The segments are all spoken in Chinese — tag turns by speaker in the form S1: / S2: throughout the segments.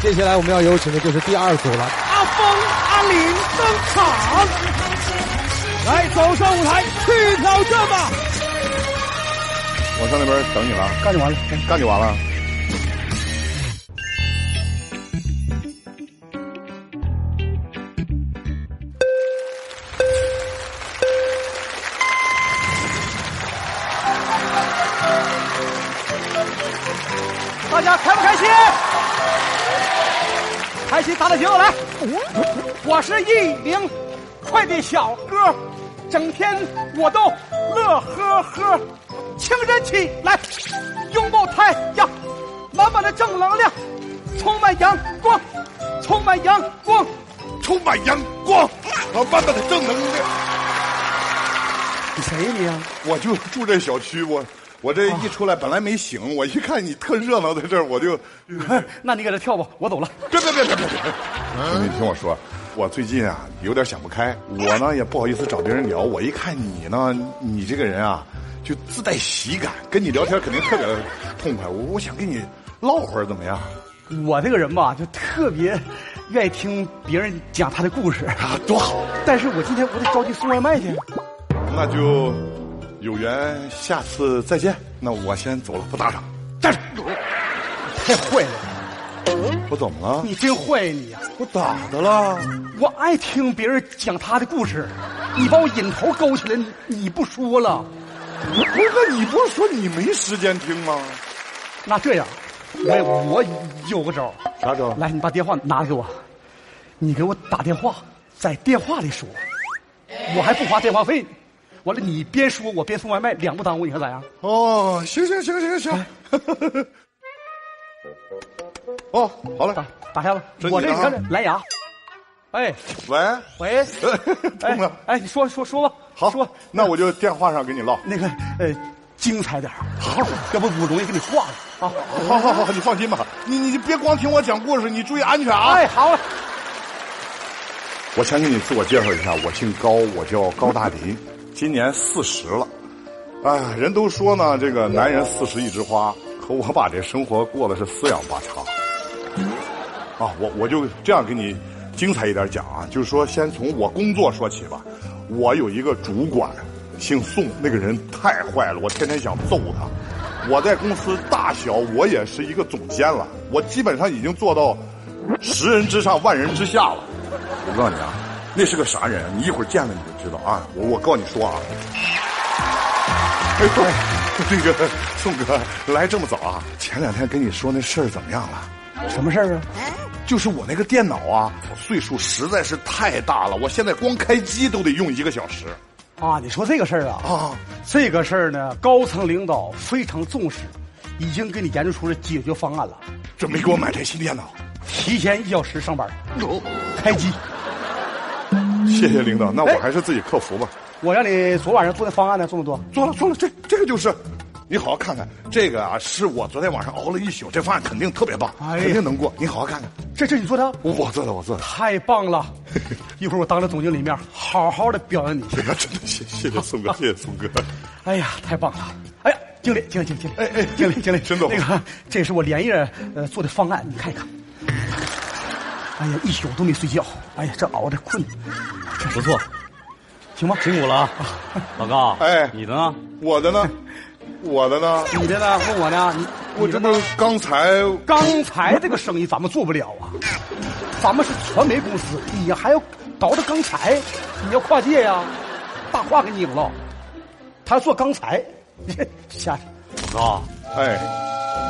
S1: 接下来我们要有请的就是第二组了。
S2: 阿峰、阿林登场，来走上舞台去挑战吧！
S3: 我上那边等你了，
S4: 干就完了。
S3: 干就完了。
S2: 大家开不开心？开心打打行，来！我是一名快递小哥，整天我都乐呵呵。情人起来，拥抱太阳，满满的正能量，充满阳光，充满阳光。
S3: 充满阳光和满满的正能量。
S2: 你谁呀你啊？
S3: 我就住这小区，我我这
S4: 啊
S3: 一出来本来没醒，我一看你特热闹在这儿，我就
S2: 那你搁这跳吧，我走了。
S3: 别别别别别别！兄弟，听我说，我最近啊有点想不开，我呢也不好意思找别人聊。我一看你呢，你这个人啊就自带喜感，跟你聊天肯定特别痛快。我我想跟你唠会儿，怎么样？
S2: 我这个人吧，就特别愿意听别人讲他的故事，
S3: 啊，多好！
S2: 但是我今天我得着急送外卖去。
S3: 那就有缘下次再见。那我先走了，不打扰。
S2: 站住！太坏了，
S3: 我怎么了？
S2: 你真坏呀你呀、啊
S3: 我咋的了？
S2: 我爱听别人讲他的故事，你把我引头勾起来，你你不说了，
S3: 不是你不是说你没时间听吗？
S2: 那这样，我我有个招儿，
S3: 啥招？
S2: 来，你把电话拿给我，你给我打电话，在电话里说，我还不花电话费呢。完了，你边说我边送外卖，两不耽误，你看咋样？
S3: 哦，行行行行行。哦，好嘞，
S2: 打啊打下吧，
S3: 这
S2: 我
S3: 你
S2: 这
S3: 的
S2: 你看
S3: 啊
S2: 这蓝牙，哎
S3: 喂，
S2: 喂，
S3: 通了。
S2: 哎，哎你说说说吧，
S3: 好
S2: 说，
S3: 那我就电话上跟你唠。
S2: 那个呃，精彩点儿好，要不我容易给你挂了啊。
S3: 好好好，你放心吧，你你你别光听我讲故事，你注意安全啊。
S2: 哎，好嘞，
S3: 我先给你自我介绍一下，我姓高，我叫高大林，今年四十了。哎，人都说呢，这个男人四十一枝花，可我把这生活过得是四仰八叉。啊，我我就这样给你精彩一点讲啊，就是说先从我工作说起吧。我有一个主管，姓宋，那个人太坏了，我天天想揍他。我在公司大小，我也是一个总监了，我基本上已经做到十人之上，万人之下了。我告诉你啊，那是个啥人？啊你一会儿见了你就知道啊。我我告诉你说啊， 哎呦，那个宋哥来这么早啊？前两天跟你说那事儿怎么样了？
S2: 什么事儿啊？
S3: 就是我那个电脑啊，岁数实在是太大了，我现在光开机都得用一个小时
S2: 啊，你说这个事儿啊，
S3: 啊！
S2: 这个事儿呢，高层领导非常重视，已经给你研究出了解决方案了，
S3: 准备给我买台新电脑。
S2: 提前一小时上班，
S3: 哦
S2: 开机。
S3: 谢谢领导，那我还是自己克服吧。
S2: 我让你昨晚上做的方案呢，做不做？
S3: 做了做了，这这个就是，你好好看看这个啊，是我昨天晚上熬了一宿，这方案肯定特别棒，
S2: 哎呀
S3: 肯定能过。你好好看看，
S2: 这这你 做的
S3: 我我做的我做的，
S2: 太棒了！一会儿我当着总经理面好好的表扬你。
S3: 哎真的谢谢 谢宋哥，谢谢宋哥。
S2: 哎呀，太棒了！哎呀，经理，经理，经理，经理，
S3: 哎哎
S2: 经理，经理，
S3: 沈总
S2: 那个，这是我连夜呃做的方案，你看一看。哎呀，一宿都没睡觉，哎呀，这熬的困，
S4: 不错，
S2: 行吗？
S4: 辛苦了啊，老高。
S3: 哎
S4: 你的呢？
S3: 我的呢？我的呢？
S2: 你的呢？问我呢？你
S3: 我
S2: 你
S3: 这
S2: 的
S3: 不
S2: 呢
S3: 是刚才
S2: 刚才这个生意咱们做不了啊，咱们是传媒公司，你还要倒着钢材，你要跨界呀、啊大话给你拧了，他要做钢材， 瞎扯。
S4: 老
S5: 啊
S4: 高，
S3: 哎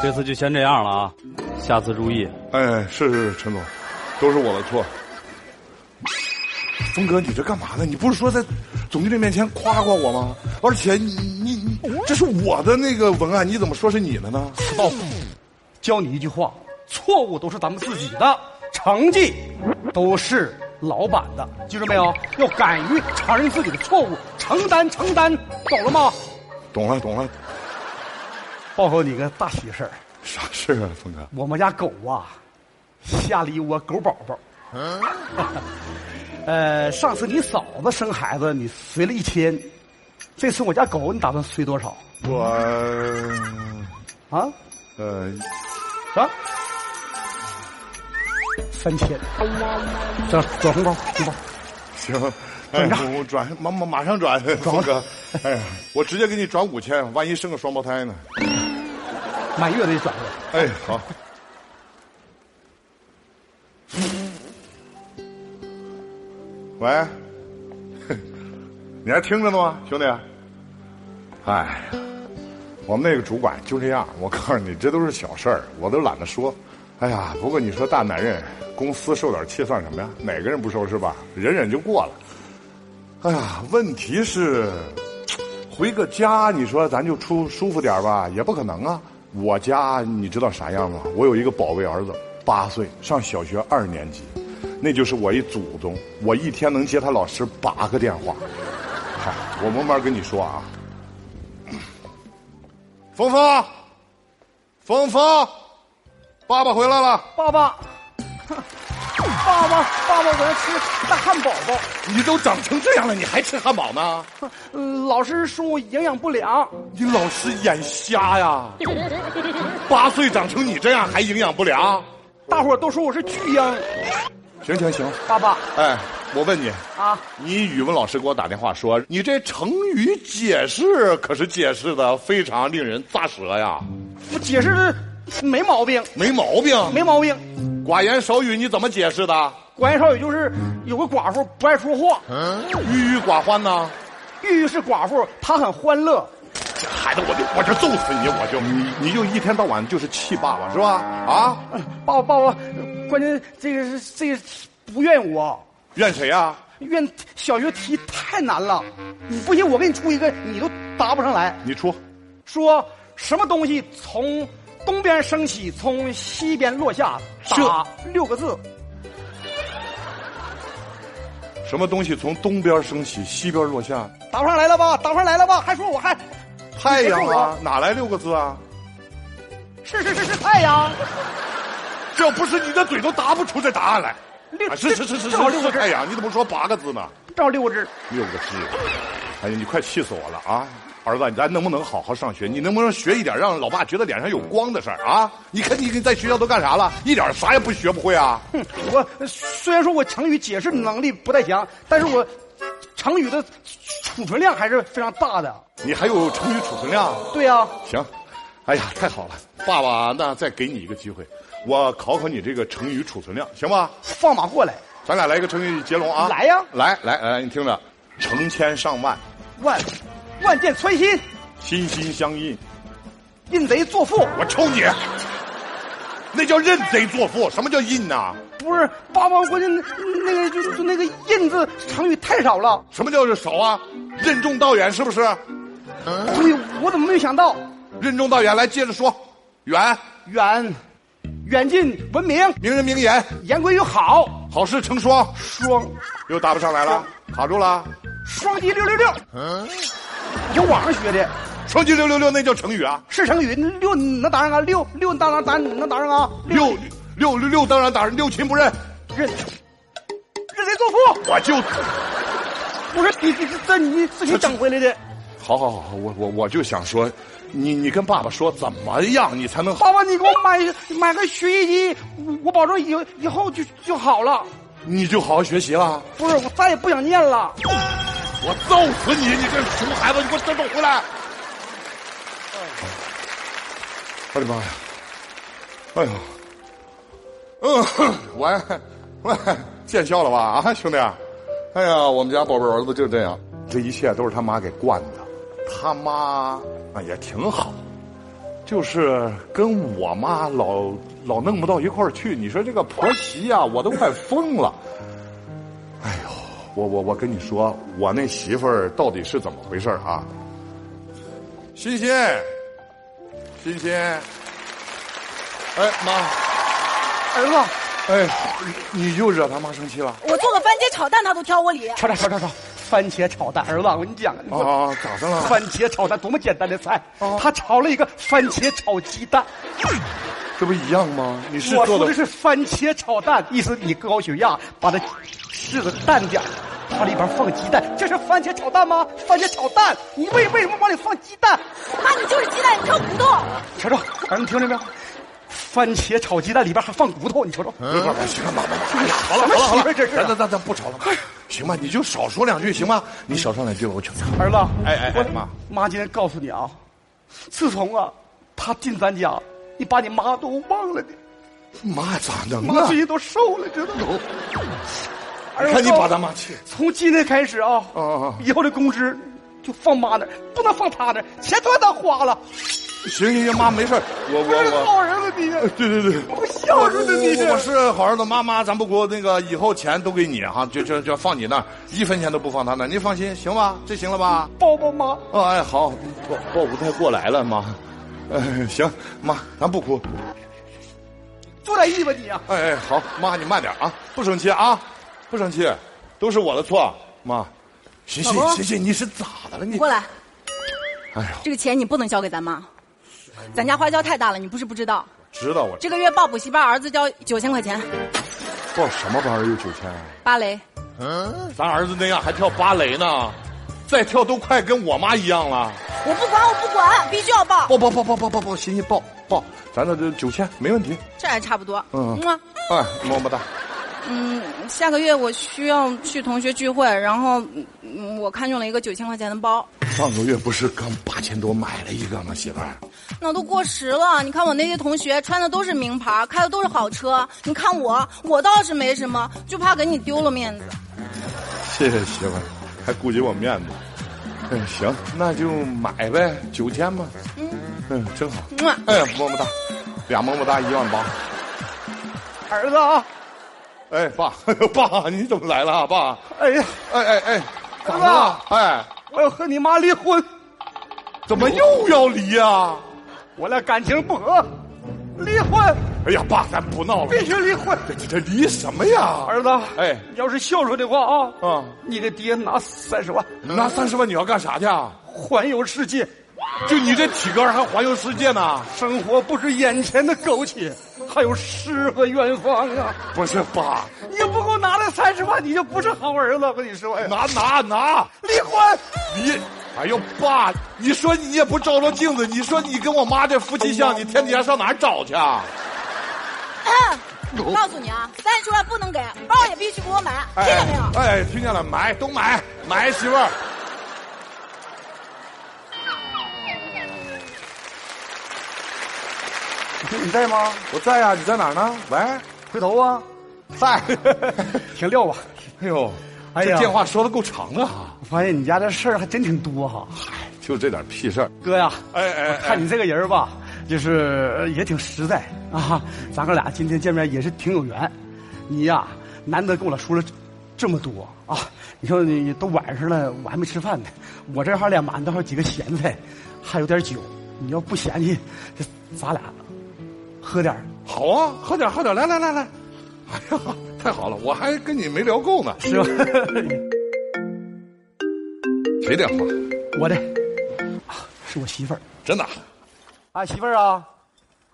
S4: 这次就先这样了啊，下次注意。
S3: 哎，是是是，陈总，都是我的错。峰哥，你这干嘛呢？你不是说在总经理面前夸夸我吗？而且你你你，这是我的那个文案，你怎么说是你的呢？
S2: 报复。教你一句话：错误都是咱们自己的，成绩都是老板的，记住没有？要敢于承认自己的错误，承担承担，懂了吗？
S3: 懂了懂了，
S2: 报告你个大喜事儿，
S3: 啥事儿啊，峰哥？
S2: 我们家狗啊，下了一窝狗宝宝。嗯 呃，上次你嫂子生孩子，你随了一千，这次我家狗你打算随多少
S3: 我
S2: 啊？
S3: 呃
S2: 啥？三千，这转红包，红包，
S3: 行，哎，我我转马马马上转，峰哥， 哎呀，我直接给你转五千，万一生个双胞胎呢？
S2: 满月得转过来。
S3: 哎，好，喂， 你还听着呢吗，兄弟？哎，我们那个主管就这样，我告诉你，这都是小事儿，我都懒得说。哎呀，不过你说大男人，公司受点气算什么呀？哪个人不受是吧？忍忍就过了。哎呀，问题是，回个家，你说咱就出舒服点儿吧，也不可能啊。我家你知道啥样吗？我有一个宝贝儿子，八岁，上小学二年级，那就是我一祖宗。我一天能接他老师八个电话。嗨，我慢慢跟你说啊。 峰峰，峰峰，爸爸回来了。
S2: 爸爸，爸爸，爸爸，我要吃大汉堡包。
S3: 你都长成这样了，你还吃汉堡呢？
S2: 嗯老师说我营养不良，
S3: 你老师眼瞎呀？八岁长成你这样还营养不良？
S2: 大伙儿都说我是巨婴。
S3: 行行行，
S2: 爸爸
S3: 哎，我问你，
S2: 啊，
S3: 你语文老师给我打电话说，你这成语解释可是解释的非常令人咂舌呀，
S2: 我解释的没毛病，
S3: 没毛病。
S2: 没毛病。
S3: 寡言少语你怎么解释的？
S2: 管少也就是有个寡妇不爱说话，
S3: 郁郁寡欢呢？
S2: 玉玉是寡妇，她很欢乐。
S3: 这孩子，我就我就揍死你！我就你你就一天到晚就是气爸爸是吧？啊，
S2: 爸爸，爸爸，关键这个是这个是不怨我，
S3: 怨谁呀、
S2: 怨小学题太难了。你不行，我给你出一个，你都答不上来。
S3: 你出，
S2: 说什么东西从东边升起，从西边落下？打六个字，
S3: 什么东西从东边升起，西边落下？
S2: 答不上来了吧？答不上来了吧？还说我还
S3: 太阳
S2: 你别
S3: 啊
S2: 说，
S3: 哪来六个字啊？
S2: 是是是是太阳，
S3: 这不是你的嘴都答不出这答案来。
S2: 六
S3: 啊、是是是是
S2: 正好
S3: 是
S2: 六
S3: 是
S2: 个
S3: 太
S2: 字，
S3: 阳，你怎么说八个字呢？
S2: 正好六个字。
S3: 六个字，哎呀，你快气死我了啊！儿子，咱能不能好好上学？你能不能学一点让老爸觉得脸上有光的事儿啊？你看你你在学校都干啥了？一点啥也不学不会啊？
S2: 哼，我虽然说我成语解释能力不太强，但是我成语的储存量还是非常大的。
S3: 你还有成语储存量？
S2: 对呀、
S3: 行，哎呀，太好了，爸爸，那再给你一个机会，我考考你这个成语储存量，行吧？
S2: 放马过来，
S3: 咱俩来一个成语接龙啊！
S2: 来呀
S3: 来来来，你听着，成千上万，
S2: 万万箭穿心，
S3: 心心相印。
S2: 印贼作父。
S3: 我抽你！ 那叫认贼作父，什么叫印呐、
S2: 不是八王关键那个就就那个印字成语太少了，
S3: 什么叫是少啊？任重道远是不是？
S2: 所以我怎么没有想到
S3: 任重道远，来接着说，远，
S2: 远远近闻名，
S3: 名人名言，
S2: 言归于好，
S3: 好事成双，
S2: 双
S3: 又答不上来了，卡住了。
S2: 双击六六六。我网上学的
S3: 双击六六六那叫成语啊，
S2: 是成语，六你能答上啊？六六你当然答你能答上啊？
S3: 六六六六当然打人六亲不认，
S2: 认认贼作父，
S3: 我就
S2: 不是你你这你自己整回来的。
S3: 好好好，我我我就想说，你你跟爸爸说怎么样你才能好？
S2: 爸爸，你给我买买个学习机，我我保证以后以后就就好了。
S3: 你就好好学习了。
S2: 不是，我再也不想念了。
S3: 我揍死你！你这熊孩子，你给我站住回来！哎我的妈呀！哎呦，嗯，喂喂，见笑了吧？啊，兄弟，哎呀，我们家宝贝儿子就这样，这一切都是他妈给惯的。他妈啊也挺好，就是跟我妈老老弄不到一块儿去。你说这个婆媳呀、我都快疯了。我我我跟你说，我那媳妇儿到底是怎么回事儿啊？欣欣，欣欣，哎妈，
S2: 儿子，
S3: 哎，你又惹他妈生气了？
S6: 我做个番茄炒蛋，他都挑我理。
S2: 炒蛋炒炒炒，番茄炒蛋。儿子，我跟你讲，你说
S3: 啊，咋的了？
S2: 番茄炒蛋多么简单的菜，他炒了一个番茄炒鸡蛋。
S3: 这不一样吗？你是
S2: 我
S3: 做
S2: 说
S3: 的
S2: 的是番茄炒蛋，意思你高血压，把它柿子淡点儿，它里边放鸡蛋，这是番茄炒蛋吗？番茄炒蛋，你为为什么往里放鸡蛋？
S6: 妈，你就是鸡蛋，你挑骨头。
S2: 瞅瞅，儿子你听着没有？番茄炒鸡蛋里边还放骨头，你瞅瞅。
S3: 嗯行了，妈妈，哎呀，好了好了
S2: 什
S3: 好
S2: 么媳
S3: 了，
S2: 妇儿这是
S3: 咱咱咱咱不吵了，
S2: 哎
S3: 行吧？你就少说两句行吗？你少说两句吧，我求求你。
S2: 儿子，
S3: 哎哎哎
S2: 我
S3: 妈，
S2: 妈今天告诉你啊，自从啊，她进咱家，你把你妈都忘了你，
S3: 妈咋能
S2: 妈
S3: 啊？
S2: 最近都瘦了，知道吗？儿子
S3: 看你把咱妈气，
S2: 从今天开始啊，
S3: 哦哦
S2: 以后的工资就放妈那儿，不能放她那儿，钱都让她花了，
S3: 行行行，妈没事儿我
S2: 不是
S3: 我我，
S2: 好人了你，
S3: 对对对。
S2: 我孝顺的你
S3: 我我
S2: 这
S3: 我。是好儿子，妈妈，咱不给我那个以后钱都给你哈，就就就放你那儿，一分钱都不放他那儿，您放心行吧？这行了吧？
S2: 抱抱妈，
S3: 哦，哎，好，抱抱不太过来了，妈。哎，行，妈，咱不哭。
S2: 住在意吧你啊！
S3: 哎哎，好，妈，你慢点啊，不生气啊，不生气，都是我的错，妈。行行
S6: 老公
S3: 行行，你是咋的了你
S6: 你？过来，
S3: 哎呀，
S6: 这个钱你不能交给咱妈，咱家花销太大了，你不是不知道。
S3: 知道我这
S6: 这个月报补习班，儿子交九千块钱，
S3: 报什么班儿有九千啊？
S6: 芭蕾。
S3: 咱儿子那样还跳芭蕾呢，再跳都快跟我妈一样了。
S6: 我不管，我不管，必须要报，
S3: 报报报报报报报，行行报报，咱这这九千没问题。
S6: 这还差不多。
S3: 嗯
S6: 嗯啊，
S3: 哎，么么哒。
S6: 嗯，下个月我需要去同学聚会，然后嗯嗯我看中了一个九千块钱的包，
S3: 上个月不是刚八千多买了一个吗，媳妇儿？
S6: 那都过时了。你看我那些同学穿的都是名牌，开的都是好车，你看我，我倒是没什么，就怕给你丢了面子。
S3: 谢谢媳妇儿，还顾及我面子。嗯，行，那就买呗，九千吧。嗯，真好。
S6: 嗯。
S3: 哎呀，么么哒，俩么么哒，一万八。
S2: 儿子啊，
S3: 哎，爸， 爸，你怎么来了，爸？
S2: 哎呀，
S3: 哎哎哎，咋的了？哎，
S2: 我要和你妈离婚，
S3: 怎么又要离啊？
S2: 我俩感情不和，离婚
S3: 哎呀，爸，咱不闹了。
S2: 必须离婚。
S3: 这这这离什么呀？
S2: 儿子，啊
S3: 哎
S2: 你要是孝顺的话啊，
S3: 啊，
S2: 你给爹拿三十万，
S3: 拿三十万你要干啥去？啊？
S2: 环游世界，啊
S3: 就你这体格还环游世界呢？
S2: 生活不止眼前的苟且，还有诗和远方啊！
S3: 不是爸，
S2: 你不给我拿了三十万，你就不是好儿子。我跟你说呀，
S3: 拿拿拿
S2: 离婚！
S3: 离！哎呦爸，你说你也不照照镜子，你说你跟我妈这夫妻相，你天底下上哪儿找去啊？
S6: 告诉你啊，三十万不能给，包也必须给我买，
S3: 哎
S6: 听见没有？
S3: 哎，听见了，买都买买，媳妇儿。
S2: 你在吗？
S3: 我在呀、你在哪儿呢？喂，
S2: 回头啊，
S3: 在。
S2: 停撂吧。
S3: 哎呦，
S2: 哎呀
S3: 这电话说的够长啊的哈，
S2: 我发现你家这事儿还真挺多哈、
S3: 就这点屁事儿。
S2: 哥呀、
S3: 哎哎，
S2: 看你这个人儿吧，就是呃也挺实在啊。咱哥俩今天见面也是挺有缘，你呀、难得跟我说了这这么多啊。你说你都晚上了，我还没吃饭呢，我这还有俩馒头，还有几个咸菜，还有点酒。你要不嫌弃，这咱俩喝点儿
S3: 好啊，喝点喝点，来来来来。哎呀，太好了，我还跟你没聊够呢。
S2: 是吧？
S3: 谁电话？
S2: 我的、啊是我媳妇儿
S3: 真的？
S2: 啊，媳妇儿啊，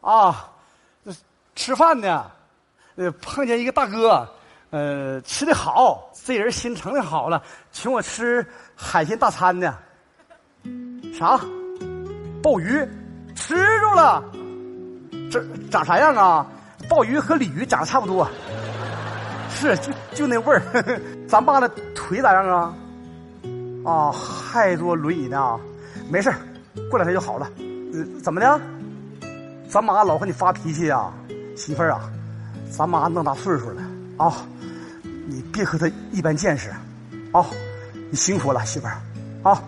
S2: 啊，这吃饭呢。呃，碰见一个大哥，呃，吃的好，这人心肠的好了，请我吃海鲜大餐呢。啥？鲍鱼？吃着了？这长啥样啊？鲍鱼和鲤鱼长得差不多，啊是就就那味儿。 呵呵咱爸的腿咋样啊？啊，还坐轮椅呢？没事儿过两天就好了。呃怎么的？咱妈老和你发脾气啊，媳妇儿啊，咱妈那么大岁数了啊，你别和她一般见识，啊，你辛苦了媳妇儿，啊，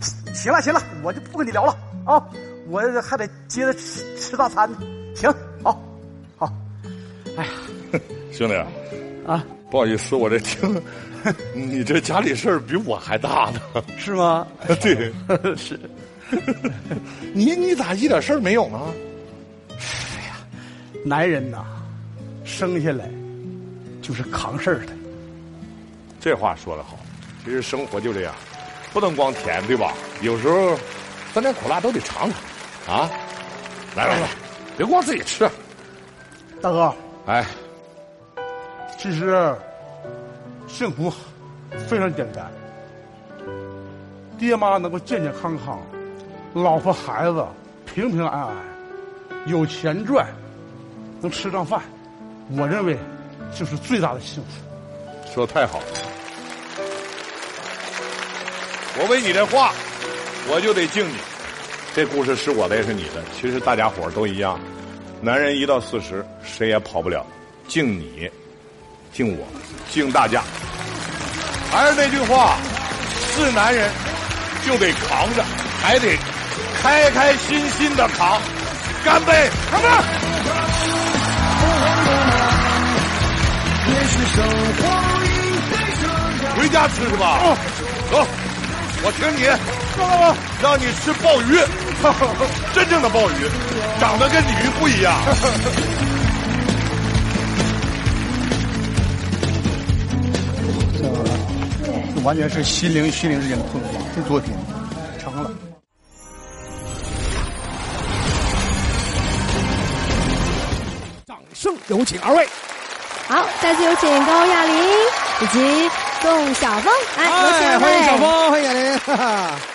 S2: 行行了行了，我就不跟你聊了啊，我还得接着吃吃大餐呢，行，好，好，
S3: 兄弟啊，
S2: 啊，
S3: 不好意思，我这听 你这家里事儿比我还大呢。
S2: 是吗？
S3: 对，
S2: 是，
S3: 你你咋一点事儿没有呢？
S2: 男人呐，生下来就是扛事儿的。
S3: 这话说得好，其实生活就这样，不能光甜，对吧？有时候酸甜苦辣都得尝尝啊！来来来，别光自己吃。
S2: 大哥，
S3: 哎，
S2: 其实幸福非常简单，爹妈能够健健康康，老婆孩子平平安安，有钱赚，能吃上饭，我认为就是最大的幸福。
S3: 说的太好了，我为你这话，我就得敬你。这故事是我的，也是你的。其实大家伙儿都一样，男人一到四十，谁也跑不了。敬你，敬我，敬大家。还是那句话，是男人就得扛着，还得开开心心的扛。干杯！干杯！回家吃去吧。走，我请你，让你吃鲍 鱼，真正的鲍鱼，长得跟鲤鱼不一样。
S7: 这完全是心灵与心灵之间的碰撞，这作品成了。
S1: 掌声有请二位。
S8: 好，再次有请高亚麟以及宋晓峰，哎来，有请
S1: 哎
S8: 二位。
S1: 欢迎小峰，欢迎雅林哈哈。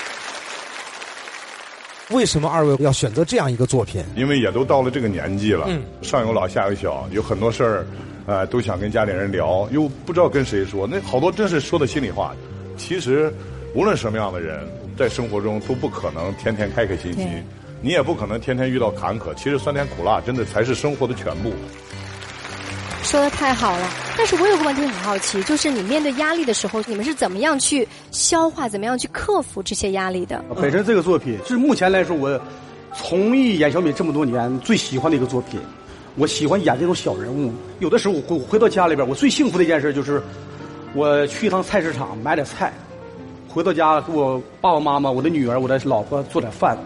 S1: 为什么二位要选择这样一个作品？
S3: 因为也都到了这个年纪了，上有老下有小，有很多事儿，呃，都想跟家里人聊，又不知道跟谁说。那好多真是说的心里话。其实，无论什么样的人，在生活中都不可能天天开开心心，你也不可能天天遇到坎坷。其实酸甜苦辣真的才是生活的全部。
S8: 说的太好了，但是我有个问题很好奇，就是你面对压力的时候，你们是怎么样去消化，怎么样去克服这些压力的？
S7: 本身这个作品是目前来说我从艺演小品这么多年最喜欢的一个作品。我喜欢演这种小人物，有的时候我回回到家里边，我最幸福的一件事就是我去一趟菜市场买点菜，回到家给我爸爸妈妈、我的女儿、我的老婆做点饭，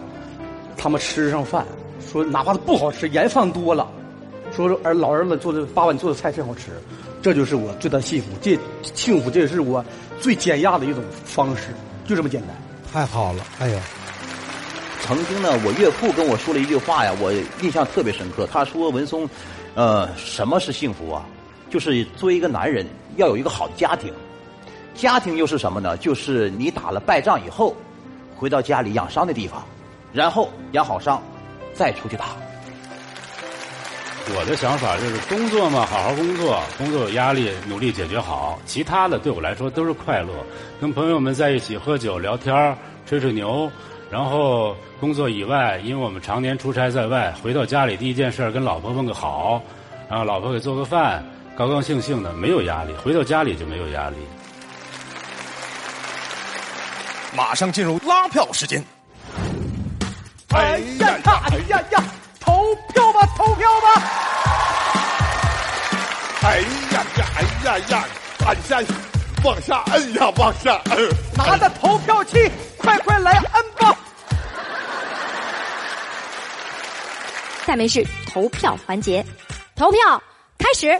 S7: 他们吃上饭，说哪怕它不好吃，盐放多了，说儿老儿子做的爸爸你做的菜真好吃，这就是我最大的幸福，这幸福这也是我最减压的一种方式，就这么简单。
S1: 太好了，哎呦，
S9: 曾经呢，我岳父跟我说了一句话呀，我印象特别深刻。他说：“文松，呃，什么是幸福啊？就是作为一个男人，要有一个好的家庭。家庭又是什么呢？就是你打了败仗以后，回到家里养伤的地方，然后养好伤，再出去打。
S5: 我的想法就是工作嘛，好好工作，工作有压力，努力解决好，其他的对我来说都是快乐。跟朋友们在一起喝酒聊天儿吹吹牛，然后工作以外，因为我们常年出差在外，回到家里第一件事儿跟老婆问个好，然后老婆给做个饭，高高兴兴的，没有压力，回到家里就没有压力。
S10: 马上进入拉票时间。
S2: 哎呀呀，哎呀呀，投票吧，投票吧！
S3: 哎呀呀，哎呀呀，按下，往下摁呀，往下摁。
S2: 拿着投票器，快快来摁吧！
S8: 下面是投票环节，投票开始。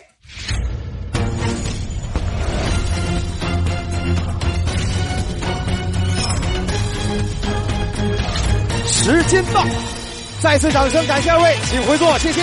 S1: 时间到，再次掌声感谢二位，请回座，谢谢。